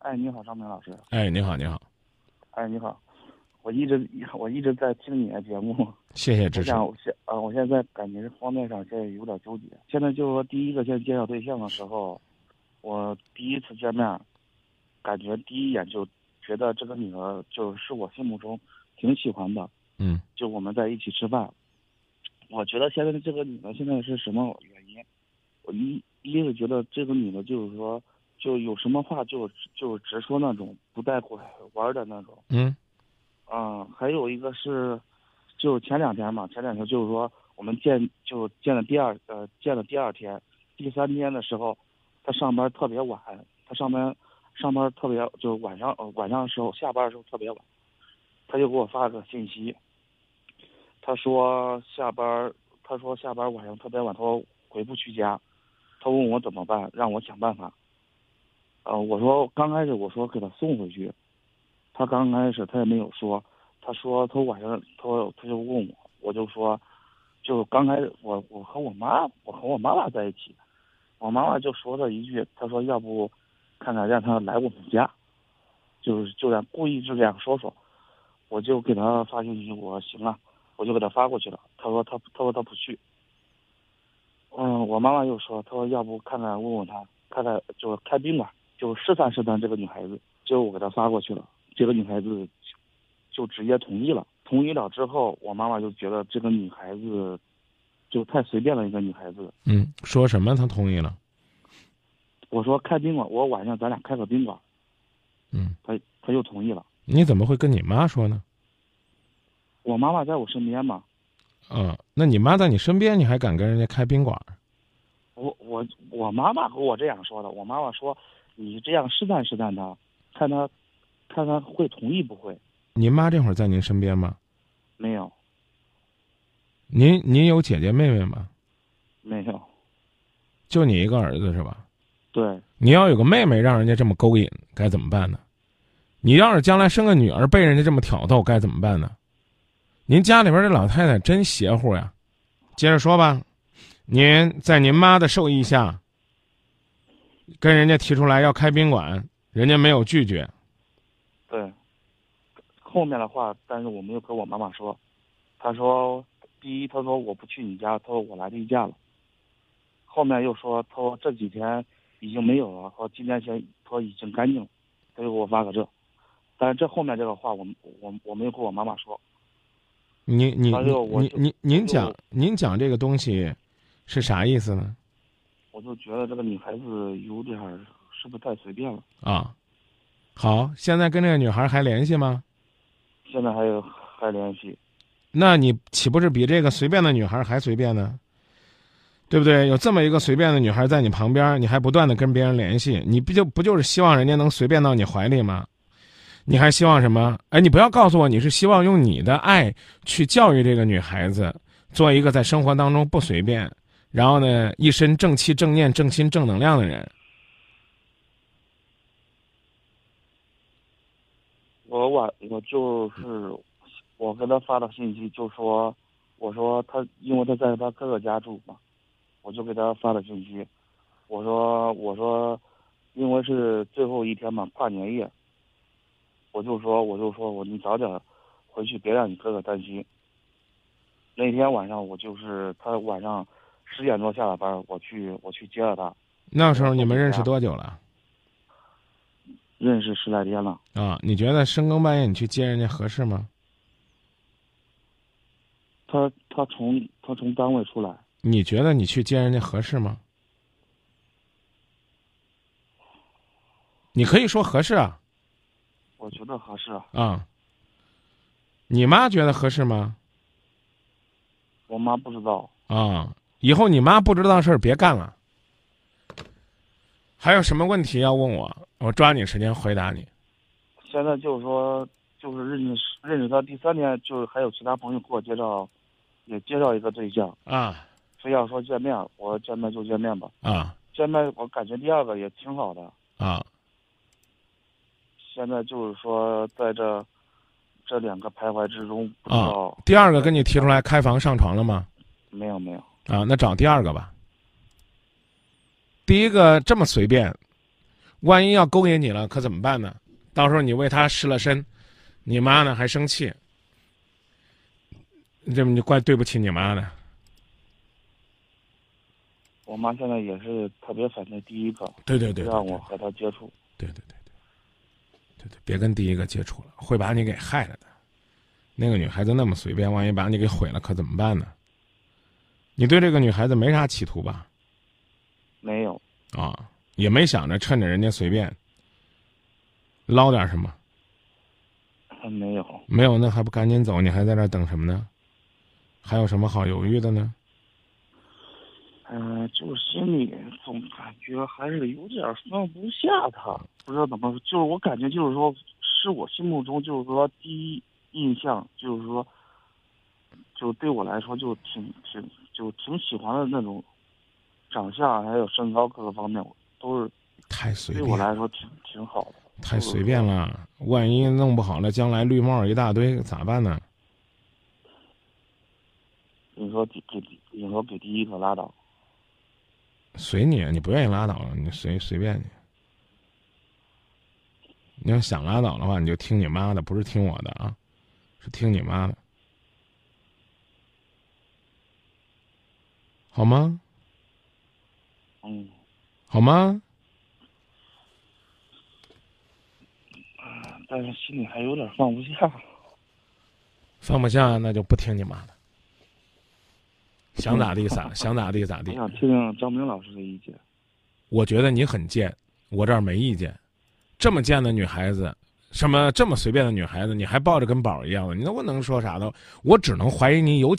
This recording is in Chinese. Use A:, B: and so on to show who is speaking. A: 哎，你好，张明老师。
B: 哎，你好，你好，
A: 哎，你好，我一直我一直在听你的节目，
B: 谢谢
A: 我
B: 支持。
A: 想我现啊、我现在感情方面上现在有点纠结。现在就是说，第一个现在介绍对象的时候，我第一次见面，感觉第一眼就觉得这个女孩就是我心目中挺喜欢的，
B: 嗯，
A: 就我们在一起吃饭。我觉得现在这个女的现在是什么原因？我一一是觉得这个女的就是说，就有什么话就就直说那种，不带拐弯的那种。
B: 嗯
A: 啊、还有一个是，就前两天嘛，前两天就是说我们见就见了第二呃见了第二天，第三天的时候，他上班特别晚，他上班上班特别就晚上、呃、晚上的时候下班的时候特别晚，他就给我发了个信息，他说下班他说下班晚上特别晚，他说回不去家，他问我怎么办，让我想办法。呃，我说刚开始我说给他送回去，他刚开始他也没有说，他说他晚上他说他就问我，我就说，就刚开始我我和我妈我和我妈妈在一起，我妈妈就说了一句，她说要不看看让他来我们家，就是就想故意就这样说说，我就给他发信息，我说行啊，我就给他发过去了，他说他他说他不去，嗯，我妈妈又说，她说要不看看问问她，看看就是开宾馆，就试探试探这个女孩子，结果我给她发过去了。这个女孩子就直接同意了。同意了之后，我妈妈就觉得这个女孩子就太随便了，一个女孩子。
B: 嗯，说什么他同意了？
A: 我说开宾馆，我晚上咱俩开个宾馆，
B: 嗯，
A: 她她就同意了。
B: 你怎么会跟你妈说呢？
A: 我妈妈在我身边嘛，
B: 嗯，那你妈在你身边，你还敢跟人家开宾馆？
A: 我我我妈妈和我这样说的。我妈妈说，你这样试探试探她，看她看她会同意不会？
B: 您妈这会儿在您身边吗？
A: 没有
B: 您您有姐姐妹妹吗？
A: 没有，
B: 就你一个儿子是吧？
A: 对
B: 你要有个妹妹，让人家这么勾引，该怎么办呢？你要是将来生个女儿，被人家这么挑逗，该怎么办呢？您家里边这老太太真邪乎呀！接着说吧，您在您妈的授意下，跟人家提出来要开宾馆，人家没有拒绝，
A: 对。后面的话，但是我没有跟我妈妈说。她说，第一，她说我不去你家，她说我来例假了。后面又说，她说这几天已经没有了，说今天前，她说已经干净了，她就给我发个这。但是这后面这个话我，我我没有跟我妈妈说。
B: 你你
A: 哎呦我
B: 你
A: 就
B: 你您
A: 就
B: 讲您讲这个东西是啥意思呢？
A: 我就觉得这个女孩子有点儿是不是太随便了？
B: 啊，好，现在跟这个女孩还联系吗？
A: 现在还有还联系，
B: 那你岂不是比这个随便的女孩还随便呢？对不对？有这么一个随便的女孩在你旁边，你还不断的跟别人联系，你不就不就是希望人家能随便到你怀里吗？你还希望什么？哎，你不要告诉我你是希望用你的爱去教育这个女孩子，做一个在生活当中不随便，然后呢一身正气、正念、正心、正能量的人。
A: 我晚我就是我跟他发了信息，就说我说他因为他在他哥哥家住嘛，我就给他发了信息，我说我说因为是最后一天嘛，跨年夜，我就说我就说我你早点回去，别让你哥哥担心。那天晚上我就是他晚上十点多下了班，我去我去接了他，
B: 那时候你们认识多久了？
A: 认识十来天了，
B: 啊，你觉得深更半夜你去接人家合适吗？
A: 他他从他从单位出来。
B: 你觉得你去接人家合适吗？你可以说合适啊
A: 我觉得合适啊，
B: 啊。你妈觉得合适吗？
A: 我妈不知道。
B: 啊，以后你妈不知道事儿别干了。还有什么问题要问我？我抓紧时间回答你。
A: 现在就是说，就是认识认识他第三天，就是还有其他朋友给我介绍，也介绍一个对象，
B: 啊
A: 非要说见面，我说见面就见面吧。
B: 啊
A: 见面我感觉第二个也挺好的，
B: 啊！
A: 现在就是说在这这两个徘徊之中，不知道、
B: 第二个跟你提出来开房上床了吗？
A: 没有没有，
B: 啊，那找第二个吧。第一个这么随便，万一要勾引你了，可怎么办呢？到时候你为他失了身，你妈呢还生气，这不你怪对不起你妈的。
A: 我妈现在也是特别反对第一个，
B: 对对
A: 不
B: 对，对
A: 让我和他接触。
B: 对对对对，对对，别跟第一个接触了，会把你给害了的。那个女孩子那么随便，万一把你给毁了，可怎么办呢？你对这个女孩子没啥企图吧？
A: 没有，
B: 啊，也没想着趁着人家随便捞点什么，
A: 没有，
B: 没有那还不赶紧走？你还在这儿等什么呢？还有什么好犹豫的呢？
A: 嗯、就是心里总感觉还是有点放不下他，不知道怎么说，就是我感觉就是说，是我心目中就是说第一印象就是说，就对我来说就挺挺就挺喜欢的那种，长相啊还有身高各个方面我都是
B: 太随
A: 对
B: 便
A: 我
B: 了。
A: 来说挺挺好的。
B: 太随便了，万一弄不好了，将来绿帽一大堆，咋办呢？
A: 你说给给你说给第一个拉倒，
B: 随你，你不愿意拉倒了，你随随便你。你要想拉倒的话，你就听你妈的，不是听我的啊，是听你妈的，好吗？
A: 嗯，
B: 好吗？
A: 但是心里还有点放不下。
B: 放不下那就不听你妈的，想咋地咋想咋地咋
A: 我
B: 地。
A: 想听听张明老师的意见。
B: 我觉得你很贱，我这儿没意见。这么贱的女孩子，什么这么随便的女孩子，你还抱着跟宝儿一样的，你那我能说啥呢？我只能怀疑你有。